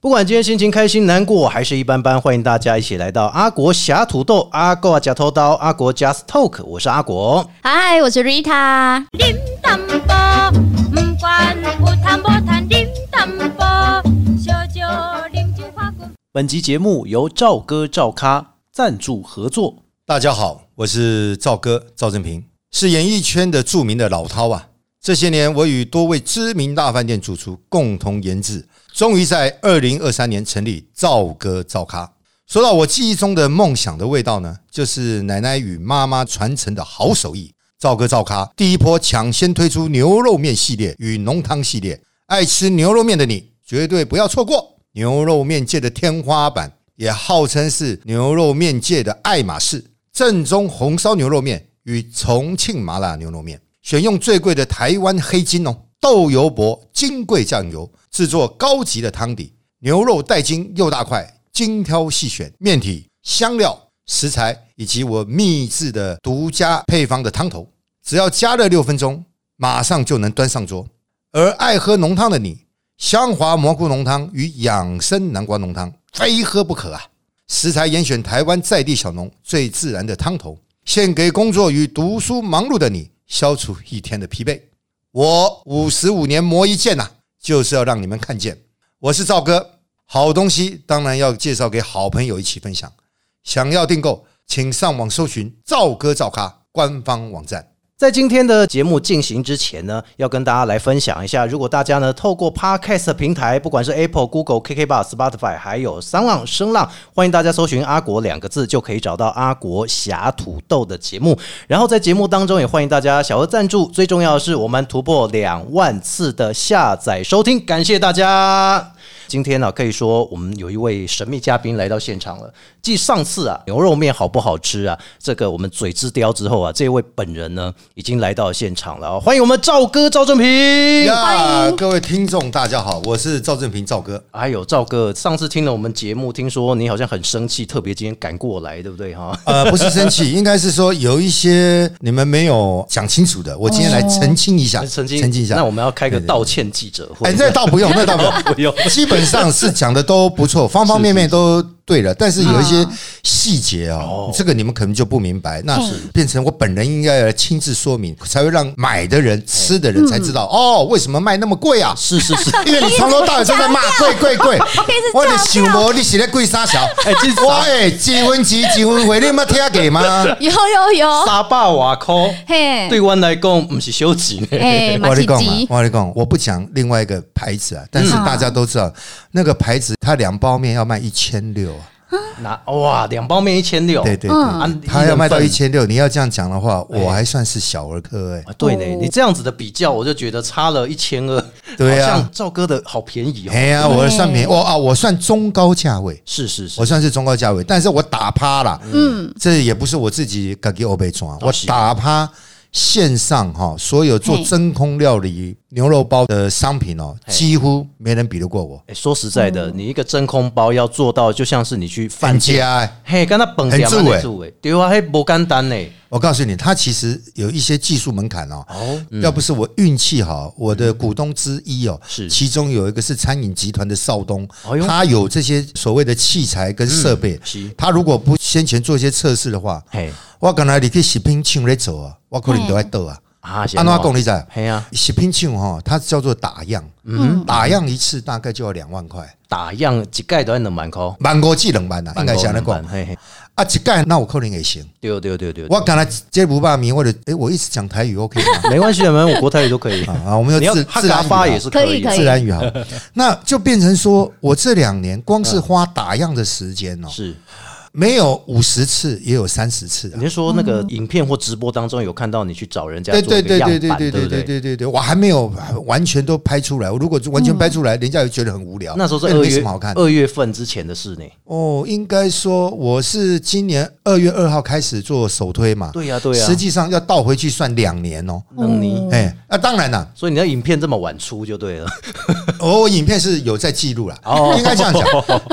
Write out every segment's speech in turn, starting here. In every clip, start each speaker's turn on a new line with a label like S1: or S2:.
S1: 不管今天心情开心、难过还是一般般，欢迎大家一起来到阿国侠土豆、阿国啊假偷刀、阿国 Just Talk，我是阿国。
S2: 嗨，我是 Rita。
S3: điểm tâm bò mâm quan bò tham bò than điểm tâm bò cho cho điểm chữ hoa của
S1: 本集节目由赵哥赵咖赞助合作。
S4: 大家好，我是赵哥赵正平，是演艺圈的著名的老饕啊。这些年，我与多位知名大饭店主厨共同研制，终于在二零二三年成立赵哥赵咖。说到我记忆中的梦想的味道呢，就是奶奶与妈妈传承的好手艺。赵哥赵咖第一波抢先推出牛肉面系列与浓汤系列，爱吃牛肉面的你绝对不要错过牛肉面界的天花板，也号称是牛肉面界的爱马仕。正宗红烧牛肉面与重庆麻辣牛肉面，选用最贵的台湾黑金哦，豆油薄金贵酱油制作高级的汤底，牛肉带筋又大块， 精挑细选面体、香料、食材以及我秘制的独家配方的汤头，只要加热六分钟，马上就能端上桌。而爱喝浓汤的你，香华蘑菇浓汤与养生南瓜浓汤非喝不可啊！食材严选台湾在地小农最自然的汤头，献给工作与读书忙碌的你，消除一天的疲惫。我五十五年磨一剑呐、就是要让你们看见。我是赵哥，好东西当然要介绍给好朋友一起分享。想要订购，请上网搜寻“赵哥赵咖”官方网站。
S1: 在今天的节目进行之前呢，要跟大家来分享一下，如果大家呢透过 Podcast 的平台，不管是 Apple、Google、KK Bar、Spotify，还有三浪声浪，欢迎大家搜寻“阿国”两个字，就可以找到阿国侠土豆的节目。然后在节目当中，也欢迎大家小额赞助，最重要的是我们突破两万次的下载收听，感谢大家。今天呢、可以说我们有一位神秘嘉宾来到现场了。继上次啊牛肉面好不好吃啊，这个我们嘴之雕之后啊，这位本人呢已经来到现场了、哦，欢迎我们赵哥赵正平。
S4: 呀，各位听众，大家好，我是赵正平，赵哥。
S1: 还有哎赵哥，上次听了我们节目，听说你好像很生气，特别今天赶过来，对不对哈？
S4: 呃，不是生气， 应该是说有一些你们没有讲清楚的，我今天来澄清一下，
S1: 曾经，
S4: 澄清一下。
S1: 那我们要开个
S4: 对对
S1: 道歉记者会。哎
S4: 哎，那倒不用，那倒不用，
S1: 不用
S4: 基本上是讲的都不错，方方面面都对了，但是有一些细节哦，这个你们可能就不明白，那变成我本人应该来亲自说明，才会让买的人、吃的人才知道哦，为什么卖那么贵啊？
S1: 是是是，
S4: 因为你从头到尾都在骂贵贵贵，我的想无你是在贵啥小？哎，我哎几分钱几分回，你有没有听给吗？
S2: 有有有，
S1: 沙巴瓦科，
S2: 嘿，
S1: 对我来讲不是修集呢。
S2: 哎，
S4: 我
S2: 马
S4: 跟
S2: 奇
S4: 你讲嘛啊
S2: 吉，，
S4: 我跟你讲，我不讲另外一个牌子啊，但是
S2: 嗯
S4: 大家都知道，那个牌子它两包面要卖一千六啊，
S1: 那哇，两包面一千六，
S4: 对对
S2: 嗯
S1: 啊，
S4: 对，它要卖到一
S1: 人份
S4: 千六，你要这样讲的话，
S1: 哎
S4: 我还算是小儿科哎、
S1: 啊，对呢，
S2: 哦
S1: 你这样子的比较，我就觉得差了一千二，
S4: 对啊
S1: 好像赵哥的好便宜哦
S4: 哎，呀，我算便宜，我啊，我算中高价位，
S1: 是是是
S4: 我，算是中高价位，但是我打趴了，
S2: 嗯，
S4: 这也不是我自己敢给欧贝抓，
S1: 倒
S4: 我
S1: 哦是
S4: 打趴线上哈、所有做
S2: 嘿
S4: 真空料理牛肉包的商品哦，
S1: 嘿
S4: 几乎没人比得过我，
S1: 哎，说实在
S2: 嗯
S1: 的，你一个真空包要做到，就像是你去饭
S4: 反
S1: 店，
S4: 家哎、
S1: 嘿，跟他本店
S4: 很主欸
S1: 主哎，对啊，嘿，不简单呢。
S4: 我告诉你，它其实有一些技术门槛哦。
S1: 哦，
S4: 要不是我运气好，我的股东之一哦，
S1: 嗯是
S4: 其中有一个是餐饮集团的少东
S1: 哎呦，嗯
S4: 他有这些所谓的器材跟设备
S1: 是，
S4: 他如果不先前做一些测试的话，
S1: 嘿
S4: 我刚才你去食品厂来走啊，我可能都要倒啊。
S1: 啊，是
S4: 安怎讲你知道？
S1: 嘿啊，
S4: 食品厂哈，它叫做打样，
S1: 嗯
S4: 打样一次大概就要两万块，
S1: 打样一盖都要两万块，
S4: 万国技能版啊，应该是安尼
S1: 万
S4: 讲
S1: 块，嘿嘿，
S4: 啊，一届那有可能会行。
S1: 对对对对，
S4: 我刚才这五百米，或者诶，我一直讲台语 OK 吗？
S1: 没关系的，没关系，我国泰语都 可以。
S4: 啊，我们
S1: 你
S4: 要
S1: 要
S4: 自
S1: 他
S4: 自
S1: 打
S4: 然
S1: 发
S4: 语
S1: 也
S4: 啊
S1: 是可
S2: 可以可
S1: 以
S2: 以，
S4: 自然 语好，那就变成说我这两年光是花打样的时间哦，
S1: 嗯是。
S4: 没有五十次也有三十次啊
S1: 你。是说那个影片或直播当中有看到你去找人家
S4: 对
S1: 做
S4: 对
S1: 一个
S4: 对
S1: 样
S4: 对
S1: 板，
S4: 对对
S1: 不
S4: 对对对对对，我还没有完全都拍出来。我如果完全拍出来，人家也觉得很无
S1: 嗯
S4: 聊。哎
S1: 那时候是
S4: 啊那
S1: 二
S4: 没什
S1: 月
S4: 么好看的。
S1: 二月份之前的事呢。
S4: 哦，应该说我是今年二月二号开始做首推嘛，
S1: 对呀对呀
S4: 啊实，际上要倒回去算两年哦。
S1: 等你。
S4: 哎，啊，当然啦，
S1: 所以你的影片这么晚出就对了，
S4: 哦我影片是有在记录啦
S1: 哦，
S4: 应该这样讲。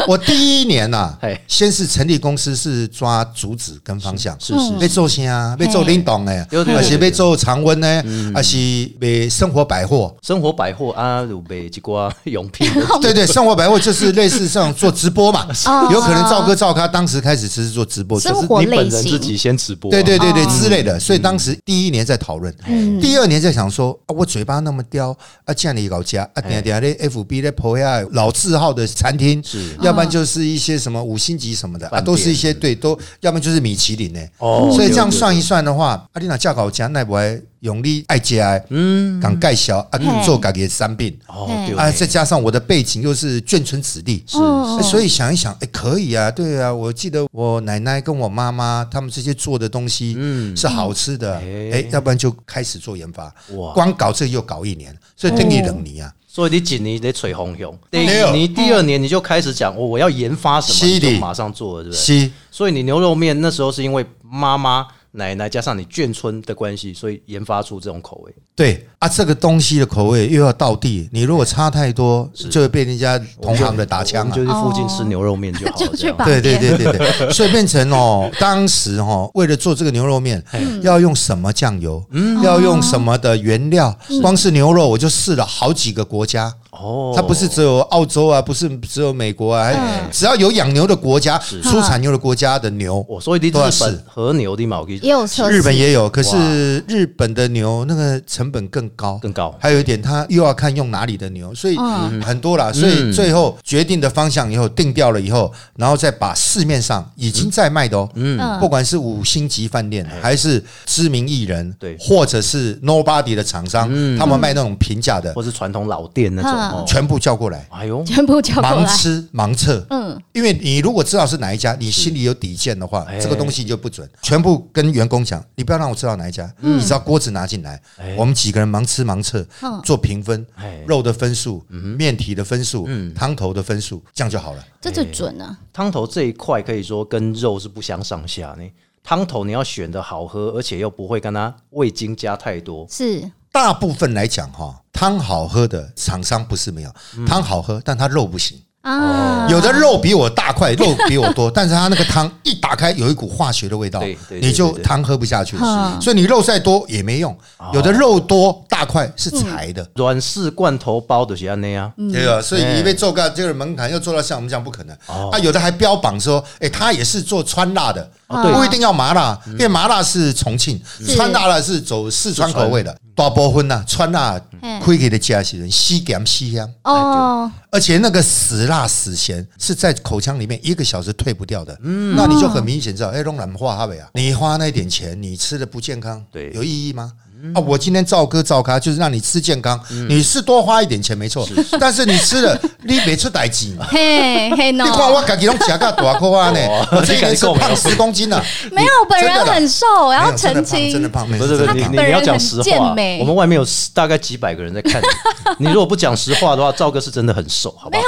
S4: 我第一年呐啊
S1: 嘿，
S4: 先是成立公司是抓主旨跟方向，
S1: 是是
S4: 被做啥，被做领导哎，
S1: 对对对嗯
S4: 而且被做常温呢，而是被生活百货。
S1: 生活百货啊，有被一挂 用品，
S4: 对对，生活百货就是类似这种做直播嘛
S2: 哦，
S4: 有可能赵哥赵咖当时开始只是做直播，
S2: 生
S4: 可是
S2: 活
S1: 你本
S2: 类
S1: 人自己
S2: 型，
S1: 先直播啊、
S4: 对对对对
S2: 哦
S4: 之类
S1: 嗯
S4: 的，所以当时第一年在讨论，
S2: 嗯
S4: 第二年在想说啊，我嘴巴那么刁啊，这样的搞家啊，等下等下嘞，FB 嘞 p 下老字号的餐厅
S1: 是，
S4: 要不然就是一些什么五星级什么的啊，
S1: 饭店
S4: 都是一些对，都要不然就是米其林呢。
S1: 哦
S4: 所以这样算一
S1: 对
S4: 算的话，啊，你那价搞家那不会用力爱家，
S1: 嗯
S4: 嗯，敢盖小啊
S2: 嗯，
S4: 做家己的三病
S1: 对哦，
S2: 哎
S1: 对
S4: 啊，
S1: 呢
S4: 再加上我的背景又是眷村子弟，
S1: 是
S2: 哦
S4: 欸所以想一想，哎、可以啊，对啊，我记得我奶奶跟我妈妈他们这些做的东西，
S1: 嗯
S4: 嗯，是好吃的，哎、
S1: 哎
S4: 要不然就开始做研发，
S1: 哇
S4: 光搞这又搞一年，所以等你等你啊，
S1: 所以你几年得吹红熊，第一
S4: 没有
S1: 你第二年你就开始讲，哦我我要研发什么，
S4: 是
S1: 你
S4: 的
S1: 就马上做了，对不对？
S4: 是
S1: 所以你牛肉面那时候是因为妈妈、奶奶加上你眷村的关系，所以研发出这种口味。
S4: 对啊，这个东西的口味又要到地，你如果差太多，就会被人家同行的打
S1: 我
S4: 枪
S1: 们
S4: 啊
S1: 就。是附近吃牛肉面就好了，
S2: 哦就去
S1: 这样
S2: 吧
S4: 对对对对对，所以变成哦，当时哦，为了做这个牛肉面，
S1: 哎
S4: 要用什么酱油，
S1: 嗯
S4: 要用什么的原料，光是牛肉我就试了好几个国家。
S1: 哦，
S4: 它不是只有澳洲啊，不是只有美国啊，还只要有养牛的国家、出产牛的国家的牛，
S1: 我，所以你日
S4: 都要
S1: 本
S4: 试
S1: 和牛的嘛，我给
S2: 也有测试，
S4: 日本也有，可是日本的牛那个成本更高，
S1: 更高
S4: 还有一点，它又要看用哪里的牛，所以
S2: 嗯
S4: 很多啦。所
S1: 嗯
S4: 以最后决定的方向以后定掉了以后，然后再把市面上已经在卖的哦，
S2: 嗯
S4: 不管是五星级饭店，还是知名艺人，
S1: 嗯对嗯
S4: 或者是 nobody 的厂商，他们卖那种平价的，
S1: 或是传统老店那种
S2: 嗯
S1: 哦。
S4: 全部叫过来。
S1: 哎呦，
S2: 全部叫过
S4: 盲
S2: 来，
S4: 吃盲测，
S2: 嗯，
S4: 因为你如果知道是哪一家，你心里有底线的话
S1: 哎，
S4: 这个东西你就不准。全部跟员工讲，你不要让我知道哪一家，你只要锅子拿进来
S1: 嗯哎，
S4: 我们几个人盲吃盲测
S2: 嗯，
S4: 做评分
S1: 哎，嗯
S4: 肉的分数、面体的分数、汤头的分数，这样就好了。
S2: 这就准啊了。
S1: 汤头这一块可以说跟肉是不相上下呢。汤头你要选的好喝，而且又不会跟它味精加太多。
S2: 是
S4: 大部分来讲哈，汤好喝的厂商不是没有，
S1: 嗯
S4: 汤好喝，但它肉不行。
S2: 啊，
S4: 有的肉比我大块，肉比我多，但是它那个汤一打开有一股化学的味道
S1: 对对对，
S4: 你就
S1: 对对
S4: 汤喝不下去
S2: 嗯，
S4: 所以你肉再多也没用。有的肉多大块是柴的，
S1: 软式罐头包的像那样，
S2: 嗯
S4: 对啊，所以
S1: 哎
S4: 你被做到这个门槛，又做到像我们这样不可能
S1: 哦
S4: 啊。有的还标榜说，哎，他也是做川辣的，
S1: 哦对嗯
S4: 不一定要麻辣，因为麻辣是重庆，
S2: 是
S4: 川辣的是走四川口味的。大部分呐，川辣
S2: 嗯
S4: 亏给的家是人西咸西香。
S2: 哦，
S4: 而且那个死辣死咸是在口腔里面一个小时退不掉的，嗯，那你就很明显知道，哎，弄软化哈维啊，你花那一点钱，你吃的不健康，
S1: 对嗯
S4: 有意义吗？啊，我今天照哥照咖就是让你吃健康，你是多花一点钱没错，但是你 吃了你没出歹机嘛。
S2: 嘿 嘿
S4: 你
S2: 喏，
S4: 看我自己拢吃个大块 啊呢，我这一年吃胖十公斤了、啊，
S2: 没有，本人很瘦，我
S4: 没
S2: 要
S4: 有真
S2: 澄
S4: 的
S2: 清，
S4: 胖真的胖，没
S1: 不
S4: 有
S1: 是不是
S4: 真的
S1: 你
S4: 胖
S1: 你
S2: 本人
S1: 要讲
S2: 很
S1: 实话
S2: 健美，
S1: 我们外面有十大概几百个人在看 你，你如果不讲实话的话，赵哥是真的很瘦，好不好？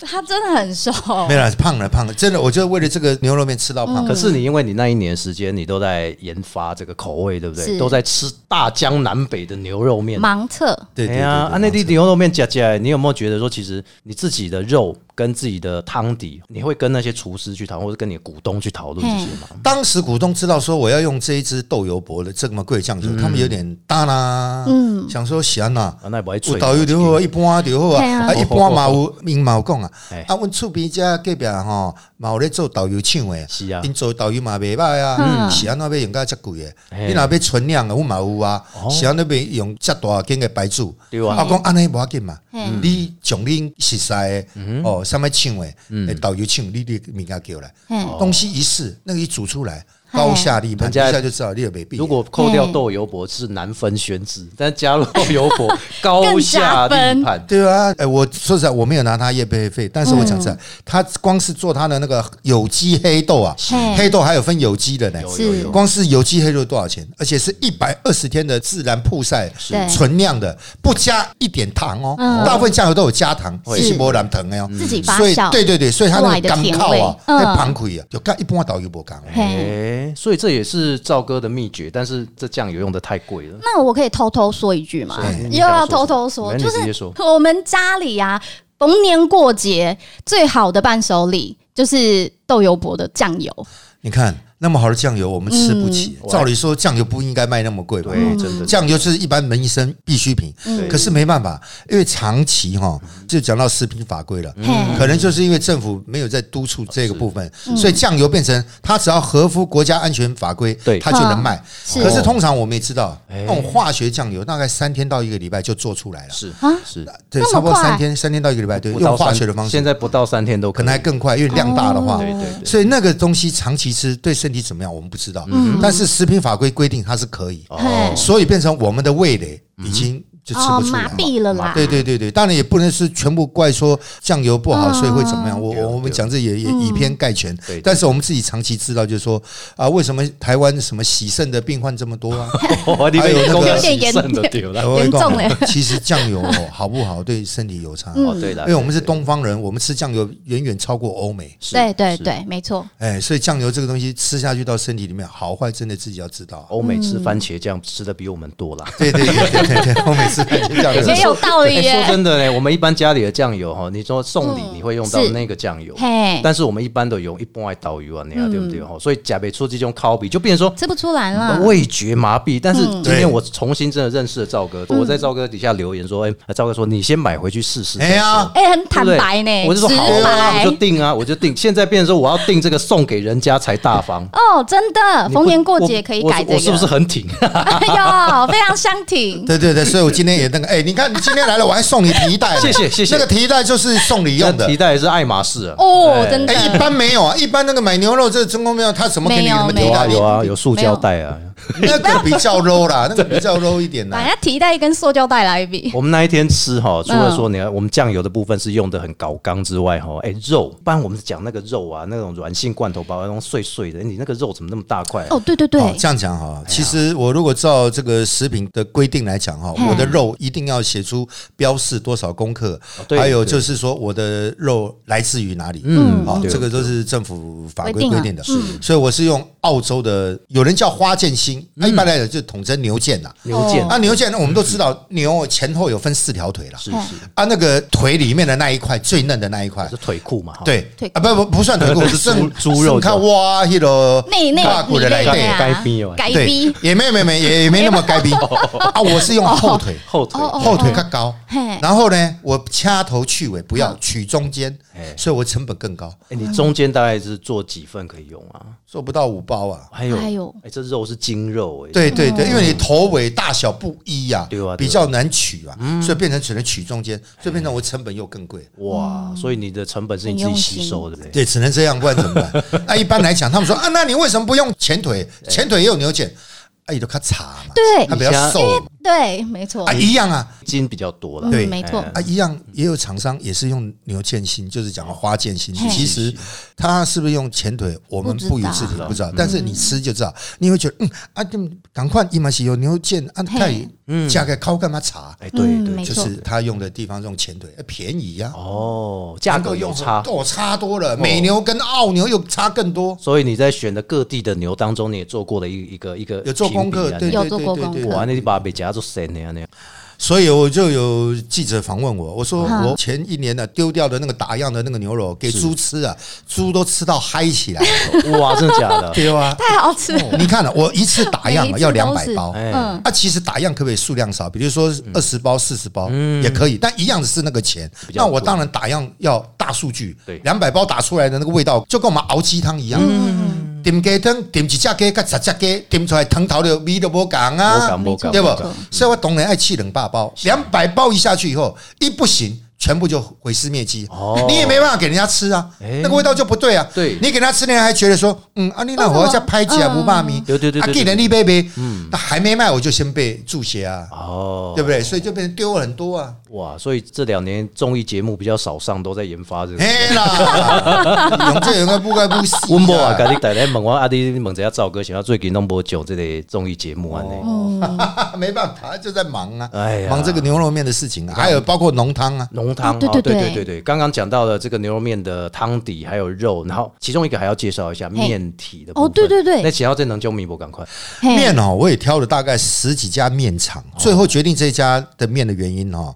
S2: 他真的很瘦，
S4: 没有啦胖了胖了，真的，我就为了这个牛肉面吃到胖。
S1: 可是你因为你那一年时间，你都在研发这个口味，对不对？
S2: 是
S1: 都在吃大江南北的牛肉面。
S2: 盲测，
S4: 对对对，
S1: 哎呀，啊，内
S4: 对
S1: 地牛肉面夹起来，你有没有觉得说，其实你自己的肉跟自己的汤底，你会跟那些厨师去讨论，或者跟你的股东去讨论这些吗？
S4: 当时股东知道说我要用这一支豆油薄的这么贵的酱油，他们有点大啦，嗯，想说行啊，
S1: 啊，那也不会
S4: 有
S1: 脆。
S4: 豆油就好，一般就好
S2: 对啊
S4: 啊，啊一般嘛有明嘛有讲啊
S1: 哎，
S4: 啊，阮厝边遮隔壁吼，嘛有咧做豆油厂的，
S1: 是啊
S4: 因做豆油嘛袂歹啊，
S2: 嗯
S4: 是安怎要用到遮贵的
S1: 嘿，哦
S4: 你若要存量的，阮嘛有啊，是安怎要用遮大间的白煮，
S1: 对啊
S4: 啊，讲安尼无要紧嘛
S2: 嗯嘿，
S4: 你从恁熟悉的
S1: 嗯
S4: 哦，啥物厂的，豆油厂，你你物件叫来。
S2: 嘿，
S4: 东西一试，那个一煮出来，高下立
S1: 人
S4: 判，一
S1: 家
S4: 下就知道你有没必。
S1: 如果扣掉豆油博是难分轩制，但加入豆油博高下立
S2: 更
S1: 判。
S4: 对啊，哎，我说实在，我没有拿他业配费，但是
S2: 嗯
S4: 我讲实在，他光是做他的那个有机黑豆啊
S2: 嘿，
S4: 黑豆还有分有机的呢，
S1: 有有
S2: 是
S1: 有，
S4: 光是有机黑豆多少钱？而且是一百二十天的自然曝晒
S2: 对
S4: 存量的，不加一点糖哦，
S2: 嗯
S4: 大部分酱油都有加糖，
S2: 是
S4: 是波兰糖的哦。
S2: 嗯自己发
S4: 所以
S2: 酵，
S4: 对对对，所以它那个
S2: 出来的
S4: 干
S2: 甜
S4: 靠啊
S2: 味，嗯
S4: 那旁溃啊，就跟一般导游不啊干。
S2: 嘿。
S1: 哎，所以这也是赵哥的秘诀，但是这酱油用的太贵了。
S2: 那我可以偷偷说一句吗
S1: 所以？啊你
S2: 又
S1: 想
S2: 要
S1: 说
S2: 偷偷
S1: 什
S2: 说，
S1: 么没
S2: 就
S1: 你直接
S2: 是
S1: 说
S2: 我们家里啊，逢年过节最好的伴手礼就是豆油博的酱油，
S4: 你看那么好的酱油，我们吃不起。
S1: 嗯
S4: 照理说酱油不应该卖那么贵吧？
S1: 对，真的
S4: 酱油是一般民生必需品，
S1: 对
S2: 嗯
S4: 可是没办法，因为长期哈，
S1: 嗯
S4: 就讲到食品法规了，
S2: 嘿，
S4: 可能就是因为政府没有在督促这个部分，
S2: 是
S4: 所以酱油变成它只要合乎国家安全法规
S1: 对，
S4: 它就能卖。
S2: 嗯是
S4: 可是通常我们也知道，
S1: 哎
S4: 那种化学酱油大概三天到一个礼拜就做出来了，
S1: 是
S2: 啊
S1: 是，
S4: 对，
S2: 那么
S4: 差不多
S2: 快
S4: 三天，三天到一个礼拜，对，
S1: 不到
S4: 用化
S1: 三
S4: 学的方式
S1: 现，在不到三天都
S4: 可
S1: 可
S4: 能还
S1: 能
S4: 更快，因为量大的话
S2: 哦，
S1: 嗯对对对，
S4: 所以那个东西长期吃对身体怎么样，我们不知道。
S2: 嗯
S4: 但是食品法规规定它是可以，
S1: 哦
S2: 嘿，
S4: 所以变成我们的味蕾已经就吃
S2: 哦
S4: 不，出来
S2: 麻
S4: 了。
S2: 痹了啦，
S4: 对对对对，当然也不能是全部怪说酱油不好，
S2: 嗯
S4: 所以会怎么样。我
S1: 对
S4: 我们讲这也也以偏概全
S1: 对，
S4: 但是我们自己长期知道，就是说啊，为什么台湾什么洗肾的病患这么多 啊？
S1: 哦 你
S4: 还有
S1: 被
S4: 那
S1: 公
S4: 个
S1: 司
S2: 有点
S1: 剩的
S2: 严
S1: 对了，
S4: 我
S2: 严重
S4: 告诉你
S2: 欸
S4: 其实酱油哦好不好对身体有差，
S2: 嗯
S4: 因
S1: 哦对了，
S4: 为我们是
S1: 对
S4: 东方人，我们吃酱油远远超过欧美。
S1: 是
S2: 对对
S1: 是
S2: 对，没错，
S4: 哎，所以酱油这个东西吃下去到身体里面，好坏真的自己要知道。
S1: 欧美吃番茄酱吃的比我们多啦。
S4: 哦对对对对对对，我每次看见酱油
S1: 可是
S2: 也有道理
S1: 哎说
S2: 耶，
S1: 真的嘞，我们一般家里的酱油哈，你说送礼
S2: 嗯
S1: 你会用到
S2: 是
S1: 那个酱油，
S2: 嘿，嗯
S1: 但是我们一般都用一般爱导游啊，那样对不对哈？所以假别出这种 copy，就变成说
S2: 吃不出来啦，
S1: 味觉麻痹，但是
S2: 嗯
S1: 今
S4: 对
S1: 天我重新真的认识了赵哥，我在赵哥底下留言说，哎、赵哥说你先买回去试试。
S4: 哎呀
S2: 哎，很
S1: 对
S2: 坦
S1: 不对
S2: 白呢，
S1: 我就说
S2: 直
S1: 好啊，
S2: 白
S1: 我就定啊，我就定。现在变成说我要定这个送给人家才大方，
S2: 哦，真的，
S1: 你不
S2: 逢年过节可以
S1: 我
S2: 改
S1: 我
S2: 这
S1: 我是不是
S2: 个，
S1: 很挺？啊
S2: 哎呦，非常相 挺，
S4: 对对对，所以我今天也那个，哎，你看你今天来了，我还送你提袋呢，
S1: 谢谢谢谢
S4: 那个提袋就是送礼用
S1: 那
S4: 的
S1: 提。袋是爱马仕啊，
S2: 哦，
S1: 对
S2: 真
S4: 哎，一
S2: 的，
S4: 般没有啊，一般那个买牛肉这个中公庙，他怎么给你
S2: 没有
S4: 什么提
S1: 有啊
S4: 袋？
S2: 没
S1: 有啊有塑胶袋啊。
S4: 那个比较 low 啦，那个比较 low 一点
S2: 把
S4: 啦。
S2: 人家提袋跟塑胶袋来比，
S1: 我们那一天吃哈，除了
S2: 嗯
S1: 说你看我们酱油的部分是用的很高刚之外哈，哎、肉，不然我们讲那个肉啊，那种软性罐头包，那种碎碎的，你那个肉怎么那么大块、啊？
S2: 哦，对对
S4: 哦
S2: 对，
S4: 这样讲哈，其实我如果照这个食品的规定来讲哈，
S2: 嗯
S4: 我的肉一定要写出标示多少公克，
S1: 哦对
S4: 还有
S1: 对
S4: 就是说我的肉来自于哪里。
S1: 嗯
S4: 好，
S1: 对
S4: 这个都是政府法规
S2: 规定啊
S4: 规定的，所以我是用澳洲的，有人叫花剑心，那一般来讲就统称牛腱呐。
S1: 嗯牛腱
S2: 哦
S4: 啊，牛腱呢，我们都知道，牛前后有分四条腿啦。
S1: 是
S2: 嘿
S1: 是
S4: 啊，那个腿里面的那一块最嫩的那一块
S2: 哎
S1: 是，腿裤嘛哈。
S4: 对
S2: 腿，
S4: 啊，不不 不算腿骨，是正
S1: 猪猪肉
S4: 看哇，那个
S2: 内内
S4: 大骨
S2: 里
S4: 的那
S2: 类
S4: 一
S1: 内
S4: 对
S1: 内
S2: 的啊，
S1: 该逼哦
S2: 该
S4: 对
S2: 逼，，
S4: 也没有没有没有也也没那么 该逼啊，我是用后腿，
S1: 后腿，
S2: 哦哦
S4: 后腿更高
S2: 嘿，
S4: 然后呢，我掐头去尾，不要取中间
S1: 哎，
S4: 所以我成本更高，
S1: 哎你中间大概是做几份可以用啊？
S4: 做不到五包啊。
S1: 还有，
S2: 哎呦
S1: 哎，这肉是精肉哎。
S4: 对对对，
S2: 嗯
S4: 因为你头尾大小不一呀
S1: 对啊对啊，嗯哎
S4: 比较难取啊，所以变成只能取中间，所以变成我成本又更贵。
S2: 哦
S1: 哇，所以你的成本是你自己吸收的，对不对？
S4: 对，只能这样，不然怎 么办？那一般来讲，他们说啊，那你为什么不用前腿？前腿也有牛腱，哎，你都看查嘛，
S2: 对
S4: 它比较瘦嘛
S2: 对，没错
S4: 啊，，一样啊，
S1: 筋比较多了。
S4: 对
S2: 嗯，没错，
S4: 啊，一样也有厂商也是用牛腱心，就是讲花腱心。
S2: 嘿
S4: 其实它是不是用前腿，我们不予置
S1: 不知
S4: 评
S1: 道，
S4: 不知道。但是你吃就知道，你会觉得嗯啊，就赶快一马西有牛腱啊，
S2: 嘿
S1: 嗯
S4: 盖加个烤干嘛查？
S1: 哎，对
S2: 嗯
S1: 对，
S2: 没
S4: 就
S2: 错
S4: 是他用的地方用前腿，哎便宜呀、
S1: 哦，价格有差，
S4: 哦，差多了。美牛跟澳牛又差更多，
S1: 所以你在选的各地的牛当中，你也做过了一一个一个
S4: 有做功课，对
S1: 对。
S2: 有
S4: 对
S2: 做
S4: 对
S2: 过
S4: 对
S2: 功
S4: 对
S2: 课
S1: 哇，
S4: 对。
S1: 那你把北夹做神啊那样那样，
S4: 所以我就有记者访问我，我说
S2: 嗯
S4: 我前一年呢丢掉的那个打样的那个牛肉给猪吃啊，
S2: 嗯
S4: 猪都吃到嗨起来 了，
S1: 哇，真的假 的？
S4: 对吧？
S2: 太好吃了，
S4: 哦你看了，我一次打样
S2: 每一
S4: 啊
S2: 次
S4: 要两
S2: 都
S4: 百
S2: 是
S4: 包，
S1: 哎，
S2: 嗯，
S4: 啊，其实打样可不可以数量少？比如说二十包、四十包也可以，但一样的是那个钱。
S1: 比较
S4: 那
S1: 多
S4: 我当然打样要大数据
S1: 对，
S4: 两百包打出来的那个味道，就跟我们熬鸡汤一样。点鸡汤，点一只鸡，跟十只鸡，点出来汤头的味都无同
S1: 我
S4: 啊
S1: 敢，我敢，
S4: 对不
S1: 没错？
S4: 所以我当然爱气冷霸包，两百包一下去以后，一不行。全部就毁尸灭迹
S1: 哦，
S4: 你也没办法给人家吃啊，
S1: 哎
S4: 那个味道就不对啊。
S1: 对
S4: 你给人家吃，人家还觉得说，嗯，啊，你那我要再拍起来不骂咪，
S1: 对对对
S4: 啊，
S1: 对嗯
S4: 给人力贝贝，那还没卖我就先被注血啊，
S1: 哦，
S4: 对不对？所以就变成丢了很多啊。
S1: 哇，所以这两年综艺节目比较少上，都在研发这个。
S4: 嘿啦，用这个不该不死
S1: 温博啊，
S4: 啊。
S1: 家你大家问我，啊，你问一下赵哥，想要最近拢无上这个综艺节目啊安尼。
S4: 哦没办法，就在忙啊，
S1: 哎呀
S4: 忙这个牛肉面的事情啊，还有包括浓汤啊，
S1: 浓汤
S2: 哦
S1: 啊，
S2: 对
S1: 对
S2: 对对
S1: 对对对，刚刚讲到了这个牛肉面的汤底还有肉，然后其中一个还要介绍一下面体的部分
S2: 哦对对对
S1: 那想要再能救米博赶快，
S2: 嘿
S4: 面哦，
S1: 嗯
S4: 我也挑了大概十几家面厂，最后决定这家的面的原因哦，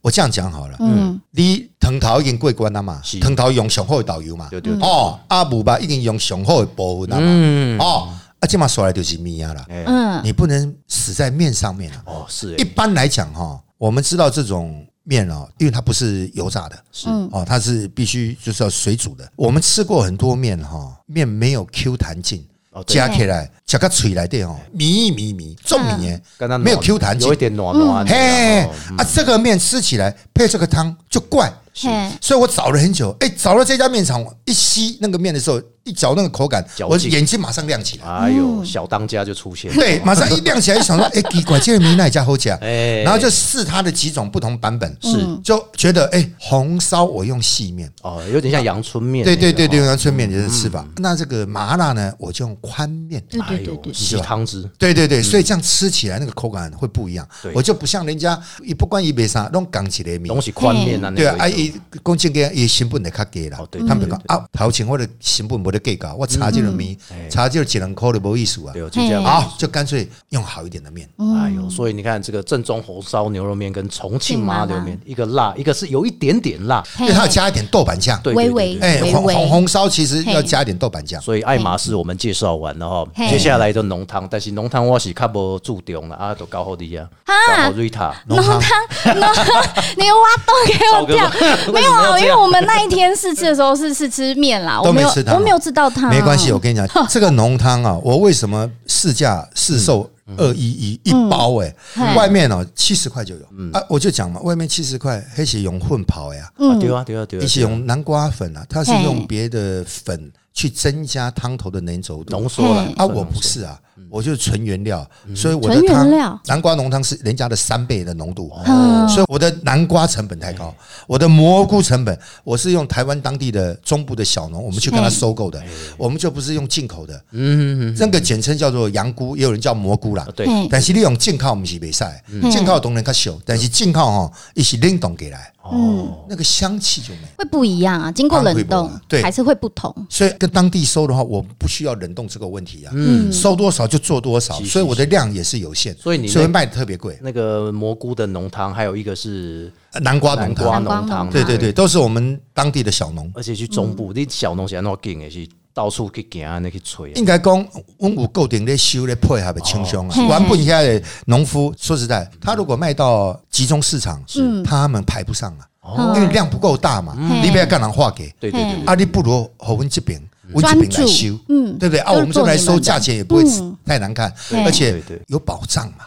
S4: 我这样讲好了，
S2: 嗯，
S4: 你藤桃已经过关了嘛
S1: 是，
S4: 藤桃用上好的导游嘛
S1: 对对，对
S4: 哦，阿母吧已经用上好的部分了嘛，
S1: 嗯，
S4: 哦，啊，这嘛说来就是面啊啦，
S1: 哎，
S2: 嗯，
S4: 你不能死在面上面啊。
S1: 哦，是
S4: 一
S1: 哎，
S4: 般来讲哈，我们知道这种面哦，因为它不是油炸的，
S1: 是
S2: 嗯
S4: 哦，它是必须就是要水煮的。我们吃过很多面哈，面没有 Q 弹性
S1: 哦，对嗯
S4: 加起来加个嘴来的哦，米米米，重米耶，
S1: 跟它
S4: 没有
S1: 暖
S4: Q 弹性
S1: 有一，点暖暖的，
S4: 嘿
S1: 然后嗯
S4: 啊，这个面吃起来配这个汤就怪。
S2: 嘿，
S4: 所以我找了很久，哎、找了这家面厂，我一吸那个面的时候，一嚼那个口感
S1: 嚼，劲
S4: 我眼睛马上亮起来。
S1: 哎呦，小当家就出现了，
S4: 对，马上一亮起来，就想说，哎、奇怪，这个米奈加好啊假，
S1: 哎
S4: 然后就试它的几种不同版本，
S1: 是
S2: 嗯
S4: 就觉得，哎、红烧我用细面，
S1: 哦，有点像阳春面那个
S4: 对
S1: 哦，嗯
S4: 对对对，阳春面也是吃法。那这个麻辣呢，我就用宽面。
S2: 对
S1: 哎
S2: 对对
S1: 呦，
S2: 对，
S1: 吸汤汁，
S4: 对对对，所以这样吃起来那个口感会不一样
S1: 嗯对。
S4: 我就不像人家，也不管一杯啥，弄港起来面
S1: 东。西宽面啊，那
S4: 对
S1: 个
S4: 啊，啊伊讲真个伊成本会较低啦
S1: 哦对，
S2: 嗯
S4: 他们
S1: 对
S4: 讲
S1: 对
S4: 啊，头前我的成本无得计较，我差这个面
S1: 嗯，
S4: 差这个一两块都无意思啊
S1: 对，。就这样。
S4: 好，就干脆用好一点的面。
S2: 嗯
S1: 哎呦，所以你看这个正宗红烧牛肉面跟重庆麻
S2: 庆麻
S1: 牛
S2: 辣
S1: 面，一个辣，一个是有一点点辣，
S4: 因
S2: 嘿
S4: 为它要加一点豆瓣酱，
S1: 对
S2: 微微
S4: 哎，
S2: 微
S4: 红红
S2: 微，
S4: 红烧其实要
S2: 嘿
S4: 加一点豆瓣酱。
S1: 所以爱马仕我们介绍完了哈，
S2: 嘿
S1: 接下来就浓汤，但是浓汤我是较无注重了啊，都搞好的啊，搞好瑞塔，
S4: 浓汤
S2: 你挖洞给
S1: 赵
S2: 我
S1: 哥
S2: 掉。
S1: 说
S2: 没
S1: 为什
S2: 有
S1: 么
S2: 啊，
S1: 要这
S2: 因为
S1: 样
S2: 我们那一天试吃的时候是试吃面啦，我有
S4: 都没吃到
S2: 我没有吃到汤，
S4: 没关系，我跟你讲，这个浓汤啊，我为什么市价市售
S1: 嗯
S4: 二一一一包哎、
S2: 嗯
S4: 外面哦七十块就有、
S1: 嗯
S4: 啊，我就讲嘛，外面七十块，黑起用混刨呀、
S1: 啊对啊对啊对啊
S4: 一，起用南瓜粉啊，它是
S2: 嘿
S4: 用别的粉去增加汤头的粘稠度
S1: 浓缩了
S2: 嘿
S4: 啊，我不是啊，
S1: 嗯
S4: 我就是纯原料，所以我的
S2: 嗯纯原
S4: 汤
S2: 料
S4: 南瓜浓汤是人家的三倍的浓度。
S2: 嗯
S4: 所以我的南瓜成本太高，我的蘑菇成本，我是用台湾当地的中部的小农，我们去跟他收购的，我们就不是用进口的，
S1: 哎嗯，嗯嗯
S4: 那个简称叫做羊菇，也有人叫蘑菇啦
S1: 啊。对，
S2: 嘿
S4: 但是你用进口不是袂使，
S1: 嗯
S4: 进口当然较俗，但是进口吼，伊是冷冻给来，
S2: 嗯
S1: 哦，
S4: 那个香气就没有。
S2: 会不一样啊，经过冷
S4: 汤会
S2: 冻
S4: 不一样对
S2: 还是会不同，
S4: 所以跟当地收的话，我不需要冷冻这个问题啊，
S2: 嗯
S4: 收多少就做多少，
S1: 是是
S4: 所以我的量也是有限，
S1: 所以你那
S4: 所以卖的特别贵。
S1: 那个蘑菇的浓汤，还有一个是
S4: 呃南瓜
S1: 南
S4: 浓
S1: 瓜
S4: 汤，啊
S2: 浓
S1: 浓汤，
S2: 汤
S4: 对对对，，都是我们当地的小农。
S1: 而且去中
S4: 嗯
S1: 部，你小农是安怎劲的，是到处去行，那去吹啊
S4: 应，该讲，我们有固定咧收咧配合的清香啊。
S2: 哦
S4: 原本遐的农夫，说实在，他如果卖到集中市场，是他们排不上啊，因为
S2: 嗯，
S4: 量不够大嘛。
S2: 嗯
S4: 你不要干人化给，
S1: 哦对对对对
S4: 啊，你不如和温这边，温这
S2: 专
S4: 边来
S2: 注
S4: 收，，
S2: 嗯，
S4: 对不对？啊，
S2: 就是
S4: 我们这边来
S2: 做
S4: 收，
S2: 你们的
S4: 价钱也不会
S2: 嗯
S4: 太难看，
S2: 对
S4: 而
S1: 对
S4: 且
S1: 对嗯
S4: 有保障嘛，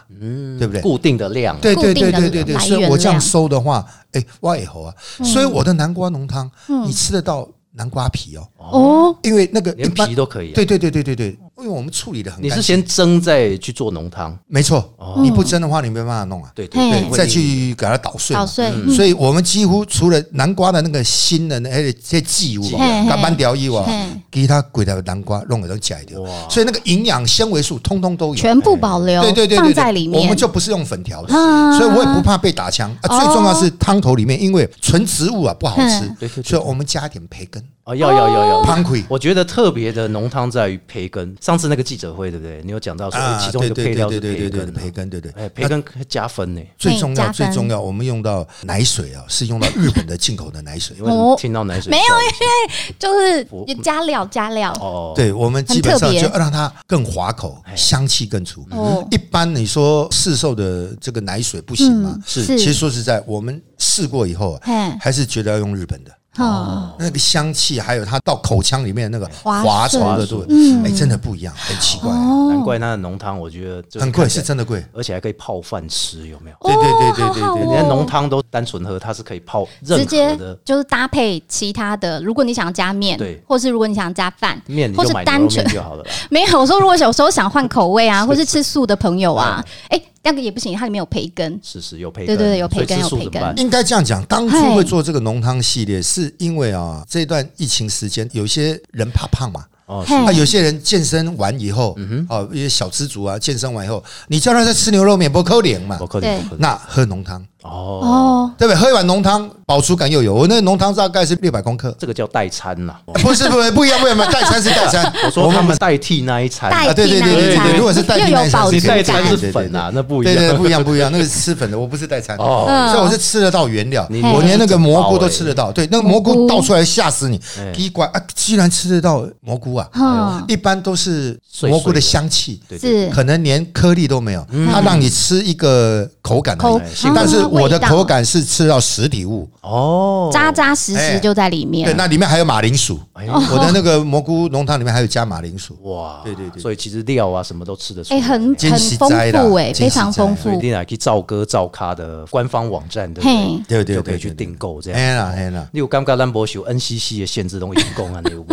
S4: 对不对？
S1: 固定的量啊，
S4: 对
S2: 固
S4: 对
S2: 定
S4: 对
S2: 的
S4: 对对对，
S2: 来
S4: 所以
S2: 源
S4: 我这样
S2: 量嗯
S4: 收的话，哎，我也好啊。所以我的南瓜浓汤，你吃得到南瓜皮哦，
S2: 哦，
S4: 因为那个一
S1: 连
S4: 般
S1: 皮都可以啊。
S4: 对对对对对对，因为我们处理的很
S1: 你
S4: 干
S1: 是
S4: 净，
S1: 先蒸再去做浓汤，
S4: 没错，你不蒸的话你没办法弄啊，
S1: 对对
S2: 嘿
S1: 对，
S2: 嗯
S1: 会
S4: 再去给它捣碎嘛
S2: 捣。碎，
S4: 所以我们几乎除了南瓜的那个心的那些这些剂物
S1: 嘿
S4: 啊，
S2: 嘿
S4: 干斑条以外
S2: 嘿，
S4: 给它鬼的南瓜弄给它夹掉
S1: 哇，
S4: 所以那个营养纤维素通通都有。
S2: 全部保留
S4: 对对对
S2: 放
S4: 对
S2: 在里
S4: 对，
S2: 面，
S4: 我们就不是用粉调的，
S2: 啊哦
S4: 所以我也不怕被打枪啊。最重要是汤头里面，因为纯植物啊不好
S2: 嗯
S1: 对对
S4: 吃，
S1: 对
S4: 所以我们加点培根、
S1: 啊，要要要要。
S4: 潘葵。
S1: 我觉得特别的浓汤在于培根。上次那个记者会，对不对？你有讲到说，哎其中一
S4: 对
S1: 个
S4: 啊
S1: 配料是
S4: 对对对对
S1: 培
S4: 对对，对
S1: 根
S4: 培
S1: 啊，
S4: 根，对对。
S1: 哎，培根加分呢。。
S4: 最重
S2: 哎加
S4: 要
S2: 分
S4: 最重要，我们用到奶水啊，是用到日本的进口的奶水
S1: 因为你听到奶水
S2: 没有
S1: 笑一下
S2: 就是
S1: 我
S2: 加料加料，
S1: 哦，
S4: 对，我们基本
S2: 很特
S4: 上
S2: 别
S4: 就让它更滑口，香气更足
S2: 哎哦。
S4: 一般你说市售的这个奶水不行吗
S2: 嗯？
S4: 是，
S2: 是
S4: 其实说实在，我们试过以后
S2: 嘿
S4: 啊，还是觉得要用日本的。
S2: 哦，
S4: 那个香气，还有它到口腔里面那个
S2: 滑
S4: 滑
S2: 顺
S4: 稠的度，
S2: 嗯
S4: 哎，真的不一样，很奇怪，
S1: 难
S2: 哦，
S1: 怪那的浓汤，我觉得就是
S4: 很贵，
S1: 看起
S4: 是
S1: 来，
S4: 真的贵。
S1: 而且还可以泡饭吃，有没有？
S4: 对对对对
S2: 好哦好
S4: 对
S1: 人
S4: 对
S1: 家
S2: 哦
S1: 浓汤都单纯喝，它是可以泡任
S2: 直
S1: 何
S2: 接
S1: 的
S2: 就是搭配其他的，如果你想加面
S1: 对，嗯
S2: 或是如果你想加饭，
S1: 面，你
S2: 或
S1: 就是买牛
S2: 单
S1: 肉
S2: 纯
S1: 面就好了啦。
S2: 没有，我说如果有时候想换口味啊，或是吃素的朋友啊，哎，那个也不行，它里面有培根，
S1: 是是，有培
S2: 对
S1: 根，
S2: 对对有培根
S1: 所以吃素
S2: 有培
S1: 怎么办
S2: 根
S4: 应该这样讲，当
S2: 嗨
S4: 初会做这个浓汤系列，是因为啊，这段疫情时间，有些人怕胖嘛，
S1: 哦，
S2: 嘿
S4: 啊，有些人健身完以后，哦，一些小吃族啊，健身完以后，你叫他再吃牛肉面，不扣脸嘛
S1: 我，扣
S2: 对
S1: 你，不扣你
S4: 那喝浓汤，
S1: 哦，
S2: 哦，
S4: 对不对？喝一碗浓汤，饱足感又有。我那个浓汤大概是六百公克，
S1: 这个叫代餐呐、
S4: 不是不是不一样，不一样，代餐是代餐。
S1: 我说他们代替那一餐，
S2: 哦代
S4: 啊对
S2: 替
S4: 对
S2: 那
S4: 对
S1: 对
S2: 一
S1: 对
S2: 餐，
S1: 如
S4: 果是代
S2: 又
S4: 替那
S2: 有
S4: 一餐
S2: 饱
S4: 是
S2: 足
S1: 代
S4: 代
S1: 餐
S2: 感
S1: 是，粉啊，那不一
S4: 对对，
S1: 样。
S4: 不一样不一样，那个是吃粉的，我不是代餐。
S1: 哦，
S2: 嗯
S4: 所以我是吃得到原料，
S1: 你
S4: 我连那个蘑菇都吃得到。对，那个蘑
S2: 蘑菇
S4: 菇倒出来吓死你
S1: 哎！
S4: 第一关啊，居然吃得到蘑菇啊！
S2: 嗯，
S4: 一般都是
S1: 碎碎的
S4: 蘑菇的香气，
S1: 对对
S2: 是
S4: 可能连颗粒都没有，
S1: 嗯
S4: 它让你吃一个口感而
S2: 口
S4: 已。但是我的口，
S2: 啊
S4: 感是吃到实体物，
S1: 哦
S2: 味道，扎扎实实就在里面
S4: 对，。那里面还有马铃薯。
S1: 哎
S4: 我的那个蘑菇浓汤里面还有加马铃薯，
S1: 哇，
S4: 对对对
S1: 所以其实料啊什么都吃得出来，
S2: 哎，很
S4: 金
S2: 很
S4: 喜斋
S2: 丰
S4: 啦
S2: 富哎，
S4: 金
S2: 非
S4: 喜
S2: 常
S4: 斋
S2: 丰
S1: 所以一
S2: 富。
S1: 定来去照歌照咖的官方网站，对不
S2: 嘿
S1: 对？
S4: 对对
S1: 就
S4: 对，
S1: 可以
S4: 对
S1: 去订。购这
S4: 对
S1: 样。
S4: 哎啦哎啦，
S1: 你有感觉咱无受 NCC 的限制拢已经讲啊，你有无？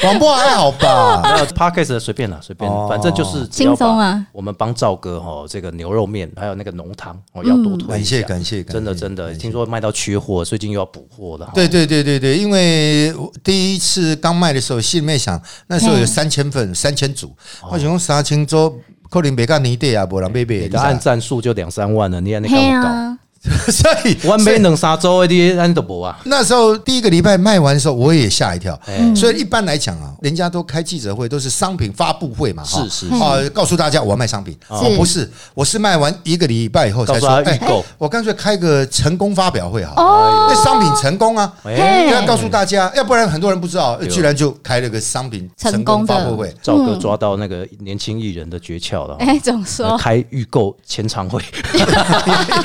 S4: 广播还好吧？
S1: 然后呃 Podcast 随便啦，随便，
S4: 哦
S1: 反正就是只
S2: 轻
S1: 要把
S2: 松啊！
S1: 我们帮赵哥哈，这个牛肉面还有那个浓汤
S2: 嗯
S1: 哦，要多推
S4: 感
S1: 一下
S4: 谢。感谢，感谢
S1: 真的真的，听说卖到缺货，最近又要补货了。
S4: 对，对对对对，因为我第一次刚卖的时候，心里面想那时候
S1: 哎
S4: 有
S2: 嗯
S4: 三千份、三千组，
S1: 哦
S4: 我想用三千桌，可能别干你对啊，不然贝贝
S1: 你的按赞数就两三万了，你还那
S2: 嘿
S1: 么
S2: 啊，
S4: 所以
S1: 搞？one
S4: 所以
S1: man 能杀周的，咱都无
S2: 嗯
S1: 啊。
S4: 那时候第一个礼拜卖完的时候，我也吓一跳。
S1: 哎，
S4: 所以一般来讲啊，人家都开记者会，都是商品发布会嘛，哈
S1: 是是
S4: 啊、告诉大家我要卖商品。
S2: 是
S4: 哦，不是，我是卖完一个礼拜以后才说，
S1: 告诉他
S4: 哎
S1: 预购
S4: 我干脆开个成功发表会好了，
S2: 哦，
S4: 那商品成功啊，
S1: 哎，
S4: 要告诉大家，要不然很多人不知道，哎居然就开了个商品成功发布会。
S1: 赵哥抓到那个年轻艺人的诀窍了。
S2: 哎，怎么说？
S1: 开预购签唱 会，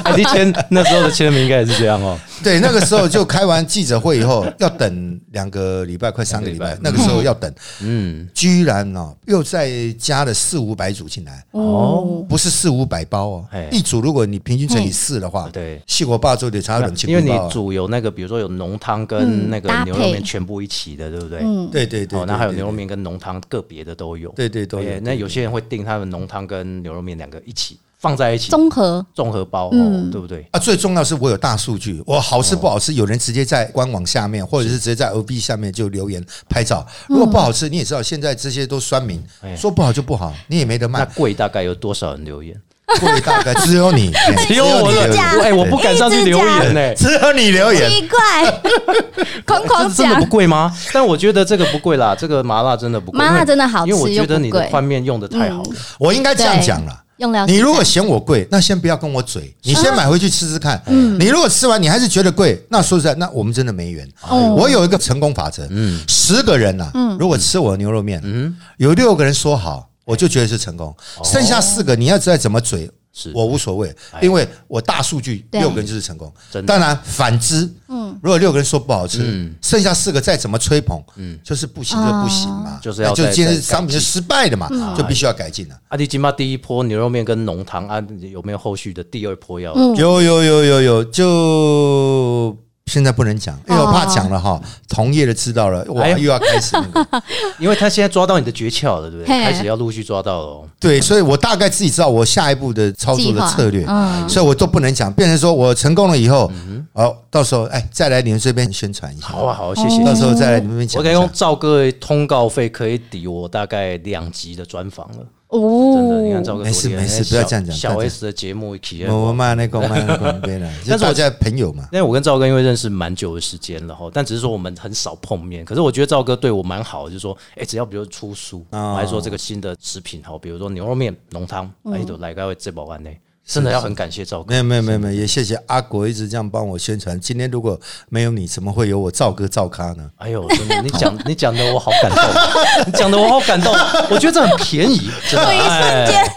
S1: 哎你签那时候的签名应该也是这样哦。
S4: 对，那个时候就开完记者会以后，要等两个礼拜，快三个礼拜
S1: 两。
S4: 那个时候要等，
S1: 嗯，
S4: 居然呢、又再加了四五百组进来，
S1: 哦
S2: 哦，
S4: 不是四五百包哦
S1: 嘿，啊
S4: 一组如果你平均乘以四的话，
S1: 哦对，
S4: 细果霸做的茶冷气
S1: 因为你
S4: 包啊
S1: 煮有那个，比如说有浓汤跟
S2: 嗯
S1: 那个
S2: 搭
S1: 牛肉面
S2: 配
S1: 全部一起的，对不对？
S2: 嗯，
S4: 对对对，
S1: 哦，那还有
S4: 对
S1: 牛肉，面跟浓汤个别的都有。
S4: 对对对
S1: 哎
S4: 对，
S1: 那有些人会订他们浓汤跟牛肉面两个一起放在一起，
S2: 综合
S1: 综合包，哦
S2: 嗯，
S1: 对不对？
S4: 啊，最重要是我有大数据，我好吃不好吃，有人直接在官网下
S1: 哦
S4: 面，或者是直接在 OB 下面就留言
S1: 嗯
S4: 拍照。如果不好吃，你也知道，现在这些都酸民
S1: 哎，
S4: 说不好就不好，你也没得
S1: 那
S4: 卖。
S1: 贵大概有多少人留言？
S4: 贵大概只有你，哎
S1: 只有我
S4: 你留
S1: 的
S4: 言，
S1: 哎，我不敢上去留言呢。
S4: 只有你留言。
S2: 奇怪， 狂狂
S1: 这真的
S2: 讲
S1: 不贵吗？但我觉得这个不贵啦，这个麻辣真的不贵，
S2: 麻辣真的好
S1: 因为我
S2: 吃
S1: 觉
S2: 又
S1: 得
S2: 不
S1: 你的
S2: 贵嗯
S1: 宽面用的太好了。
S4: 我应该这样讲了。
S2: 用料。
S4: 你如果嫌我贵，那先不要跟我嘴，
S1: 嗯
S4: 你先买回去吃吃看。你如果吃完你还是觉得贵，那说实在，那我们真的没缘。
S2: 哦
S4: 我有一个成功法则，
S1: 嗯
S4: 十个人呐，如果吃我的牛肉面，有六个人说好，我就觉得是成功，剩下四个你要再怎么嘴
S1: 哦是。哎
S4: 我无所谓，因为我大数据
S2: 对
S4: 六个人就是成功
S1: 真。的嗯
S4: 当然，反之，如果六个人说不好吃，剩下四个再怎么吹捧，就是不行就不行嘛，
S1: 嗯就是要
S4: 那就
S1: 再
S4: 今天
S1: 再
S4: 商
S1: 改嗯
S4: 品是失败的嘛，就必须要改进了。
S1: 阿弟金妈第一波牛肉面跟浓汤啊，有没有后续的第二波要？
S2: 嗯
S4: 有有有有有，就现在不能讲，因为我怕讲了哈，同业的知道了，哇，
S1: 哎呦
S4: 又要开始那个。
S1: 因为他现在抓到你的诀窍了，对不对？
S2: 嘿
S1: 开始要陆续抓到了哦。
S4: 对，所以我大概自己知道我下一步的操作
S2: 计
S4: 的
S2: 划
S4: 策略，
S2: 嗯，
S4: 所以我都不能讲，变成说我成功了以后，哦，到时候哎再来你们这边宣传一下，
S1: 嗯好啊，好啊，谢谢。
S2: 哦
S4: 到时候再来你们这
S1: 我
S4: 边
S1: 可以
S4: 讲哎
S1: 用
S4: 一下。
S1: 赵哥的通告费可以抵我大概两集的专访了，真的。你看赵
S2: 哦，
S1: 哥
S4: 没事
S1: 昨天
S4: 没事
S1: 哎小
S4: 不要这样讲哦
S1: 小
S4: 不要这样
S1: S 的节目一起，
S4: 我们那个卖那个对 了，就
S1: 但是我
S4: 大家朋友 嘛，
S1: 因为我跟赵哥因为认识蛮久的时间了哈，但只是说我们很少碰面。可是我觉得赵哥对我蛮好的，就是说，哎、只要比如出书，
S4: 哦
S1: 还是说这个新的食品哈，比如说牛肉面、浓汤，
S2: 嗯
S1: 哎、都来个这百万呢，真的要很感谢赵哥
S4: 没。有没有没有没有，也谢谢阿国一直这样帮我宣传。今天如果没有你，怎么会有我赵哥赵咖呢？
S1: 哎呦，真的，你 讲你讲的我好感动，你讲的我好感动，我觉得这很便宜，真的。哎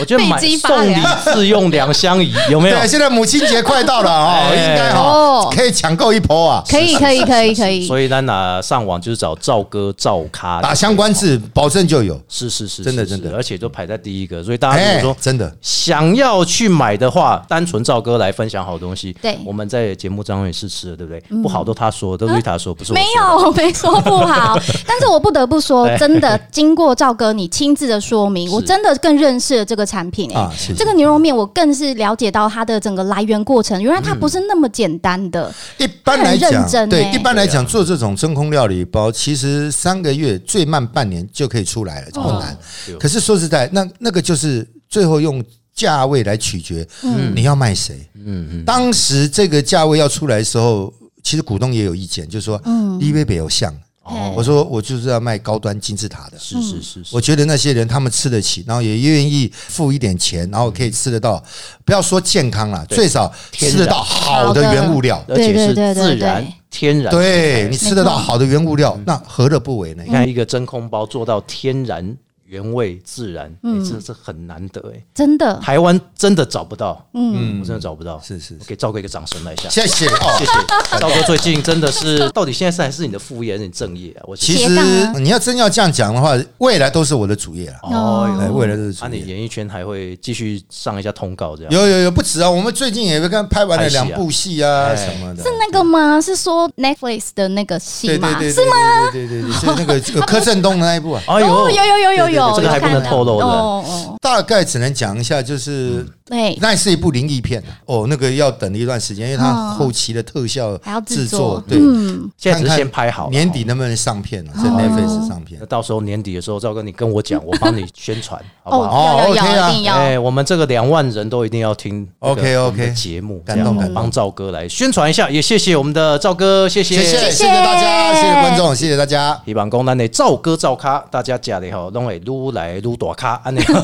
S1: 我觉得买
S2: 背脊发
S1: 送礼
S2: 凉
S1: 自用两相宜，有没有？
S4: 对，现在母亲节快到了啊、哦，
S1: 哎
S4: 应该哈、
S2: 哦
S4: 可以抢购一波啊。
S2: 可以，可以，可以，可以。
S1: 所以咱拿上网就是找赵哥赵咖
S4: 打相关字，保证就有。
S1: 是是是，
S4: 真的
S1: 是是
S4: 真的
S1: 而且都排在第一个，所以大家
S4: 哎
S1: 如果，说
S4: 真的，
S1: 想要去买的话，单纯赵哥来分享好东西，
S2: 对嗯
S1: 我们在节目上也试吃了，对不对？不好都他说，都是他说，不是我
S2: 没
S1: 说的。
S2: 有，我没说不 好，但是我不得不说，真的，经过赵哥你亲自的说明，
S1: 是
S2: 我真的更认识了这个产品诶、
S4: 啊谢谢
S2: 这个牛肉面我更是了解到它的整个来源过程，原来
S1: 嗯
S2: 它不是那么简单的，
S4: 一般来
S2: 很认
S4: 讲，
S2: 真
S4: 对
S2: 哎
S4: 一般来讲，做这种真空料理包，其实三个月
S1: 哦
S2: 哦
S4: 最慢半年就可以出来了，不难。
S2: 嗯
S1: 对
S4: 可是说实在，那那个就是最后用价位来取决你要卖谁。嗯嗯，当时这个价位要出来的时候，其实股东也有意见，就是说，嗯，李北北有像。
S2: 哦
S4: 我说我就是要卖高端金字塔的，
S1: 是是是是，
S4: 我觉得那些人他们吃得起，然后也愿意付一点钱，然后可以吃得到，不要说健康啦，
S1: 嗯对
S4: 最少
S1: 天然
S4: 吃得到好的原物料。
S1: 而且是
S2: 对对对对
S1: 自然
S2: 对
S1: 天然。
S4: 对你吃得到
S2: 没错
S4: 好的原物
S1: 嗯
S4: 料，那何乐不为呢
S1: 你？
S2: 嗯
S1: 看一个真空包做到天然原味自然，嗯，
S2: 嗯
S1: 这这很难得哎，
S2: 真的，
S1: 台湾真的找不到，
S2: 嗯，
S1: 嗯，我真的找不到，
S4: 是是是
S1: 我给赵哥一个掌声来一下。
S4: 谢谢哦
S1: 谢。谢赵哥，最近真的是，到底现在是还是你的副业还是你正业啊？我
S4: 其
S2: 斜杠啊
S4: 实你要真要这样讲的话，未来都是我的主业啊，哎
S1: 哦
S4: 未来都是
S1: 那、啊、
S4: 主
S1: 你
S4: 业。
S1: 演艺圈还会继续上一下通告这样？
S4: 有有有，不止啊！我们最近也刚拍完了两部戏啊，
S1: 拍戏啊
S4: 什么的。
S2: 是那个吗？是说 Netflix 的那个戏
S4: 对对
S2: 吗？
S4: 对，
S2: 是
S4: 对对对对对，是那个有柯震东的那 一部啊。
S1: 哎
S2: 哦，有有有
S1: 对对
S2: 有
S1: 对
S2: 有，
S1: 这个还不能
S2: 有看到
S1: 透露的
S2: 哦哦，
S4: 大概只能讲一下，就是
S1: 嗯
S2: 对，
S4: 那是一部灵异片啊哦，那个要等一段时间，因为它后期的特效
S2: 还要
S4: 制
S2: 制
S4: 作
S2: 作，，
S4: 对，
S2: 嗯，
S1: 现在只
S4: 看
S1: 是
S4: 看
S1: 先拍好了
S4: 年底
S1: 哦
S4: 能不能上片啊？在
S2: 哦
S4: Netflix 上片
S1: 那。到时候年底的时候，赵哥你跟我讲，我帮你宣传，好不好？
S2: 哦，
S4: 哦
S2: 要
S4: ，OK
S2: 要
S4: 啊
S2: 要，一定
S1: 哎、
S2: 要，
S1: 我们这个两万人都一定要听这个
S4: OK，OK
S1: 我们的节目，
S4: 感动
S1: 这样
S4: 感动
S1: 帮赵哥来宣传一下，也谢谢我们的赵哥，谢
S4: 谢谢，谢谢大家，谢谢观众，谢谢大家。
S1: 希望讲咱的赵哥赵咖，大家家里吼拢会愈来愈大咖。安尼
S2: 可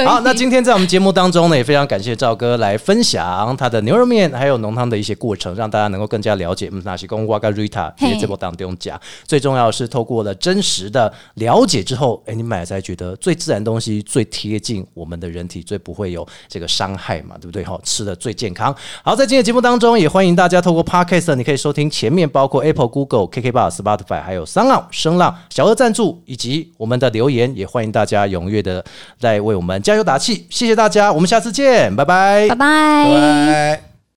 S2: 以
S1: 好，那今天在我们节目当中呢，也非常感谢赵哥来分享他的牛肉面还有浓汤的一些过程，让大家能够更加了解嗯哪些公瓜跟 Rita
S2: 嘿
S1: 在这波当中讲。最重要的是透过了真实的了解之后，哎，你买才觉得最自然的东西最贴近我们的人体，最不会有这个伤害嘛，对不对？哈，吃的最健康。好，在今天的节目当中，也欢迎大家透过 Podcast，你可以收听前面包括 Apple、Google、KK Bar、Spotify，还有三浪、声浪、小额赞助以及我们的留言，也欢迎大家踊跃的来为我们加油打气。谢谢大家，我们下次见，拜拜
S2: 拜拜。
S4: 拜。